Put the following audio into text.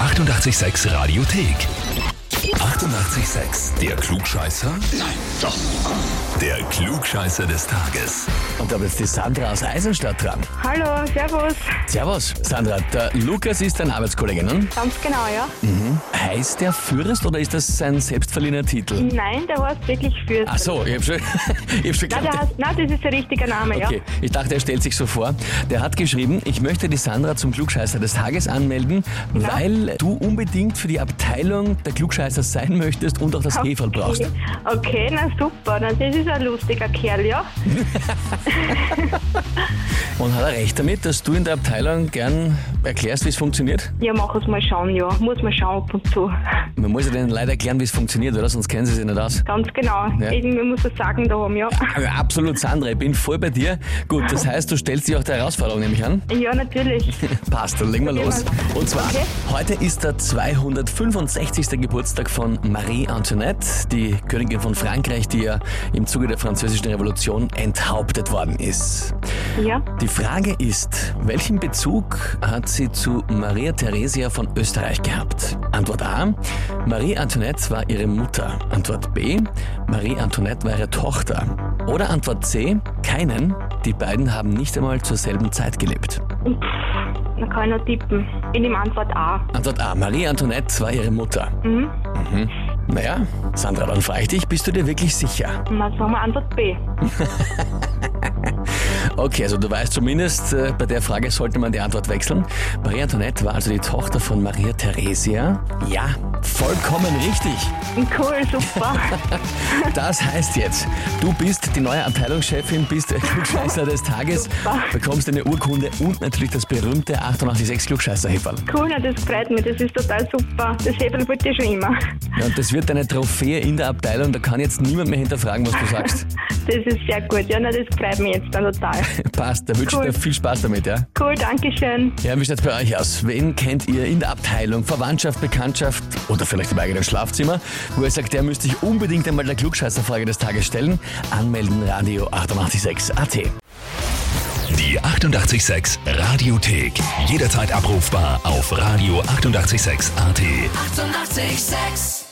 886 Radiothek. 88,6. Der Klugscheißer? Nein, doch. Der Klugscheißer des Tages. Und da ist die Sandra aus Eisenstadt dran. Hallo, servus. Servus, Sandra. Der Lukas ist dein Arbeitskollege, ne? Ganz genau, ja? Heißt der Fürst oder ist das sein selbstverliehener Titel? Nein, der heißt wirklich Fürst. Hm. Ach so, ich hab schon, ich hab schon Nein, gedacht, der heißt, nein, das ist der richtige Name, Okay, ich dachte, er stellt sich so vor. Der hat geschrieben, ich möchte die Sandra zum Klugscheißer des Tages anmelden, weil du unbedingt für die Abteilung der Klugscheißer sein möchtest und auch das ja. Heferl brauchst. Okay, na super. Na, das ist ein lustiger Kerl, ja? Und hat er recht damit, dass du in der Abteilung gern erklärst, wie es funktioniert? Ja, mach es mal schauen, ja. Muss man schauen ab und zu. Man muss ja denen leider erklären, wie es funktioniert, oder? Sonst kennen sie sich nicht aus. Ganz genau. Ja. Irgendwie muss das sagen da haben, ja. Also absolut, Sandra, ich bin voll bei dir. Gut, das heißt, du stellst dich auch der Herausforderung nämlich an. Ja, natürlich. Passt, dann legen wir los. Und zwar, Okay. heute ist der 265. Geburtstag von Marie Antoinette, die Königin von Frankreich, die ja im Zuge der Französischen Revolution enthauptet worden ist. Ja. Die Frage ist, welchen Bezug hat sie zu Maria Theresia von Österreich gehabt? Antwort A. Marie Antoinette war ihre Mutter. Antwort B. Marie Antoinette war ihre Tochter. Oder Antwort C. Keinen. Die beiden haben nicht einmal zur selben Zeit gelebt. Dann kann ich nur tippen. Ich nehme Antwort A. Antwort A. Marie Antoinette war ihre Mutter. Mhm. Naja, Sandra, dann frage ich dich, bist du dir wirklich sicher? Na, sagen wir Antwort B. Hm, Okay, also du weißt zumindest, äh, bei der Frage sollte man die Antwort wechseln. Marie Antoinette war also die Tochter von Maria Theresia. Ja, vollkommen richtig. Cool, super. Das heißt jetzt, du bist die neue Abteilungschefin, bist der Klugscheißer des Tages, bekommst eine Urkunde und natürlich das berühmte 886 klugscheißer -Heferl. cool, na, das freut mich. Das ist total super. Das Hebel wollte ich schon immer. Ja, und das wird deine Trophäe in der Abteilung, da kann jetzt niemand mehr hinterfragen, was du sagst. Das ist sehr gut. Ja, na, das freut mich jetzt dann total. Passt, da wünsche ich Cool. dir viel Spaß damit, ja? Cool, danke schön. Ja, wie schaut's bei euch aus? Wen kennt ihr in der Abteilung, Verwandtschaft, Bekanntschaft oder vielleicht im eigenen Schlafzimmer, wo ihr sagt, der müsste ich unbedingt einmal der Klugscheißerfrage des Tages stellen? Anmelden Radio 886 AT. Die 88,6 Radiothek. Jederzeit abrufbar auf radio886.at. 88,6. Eighty-eight, sex.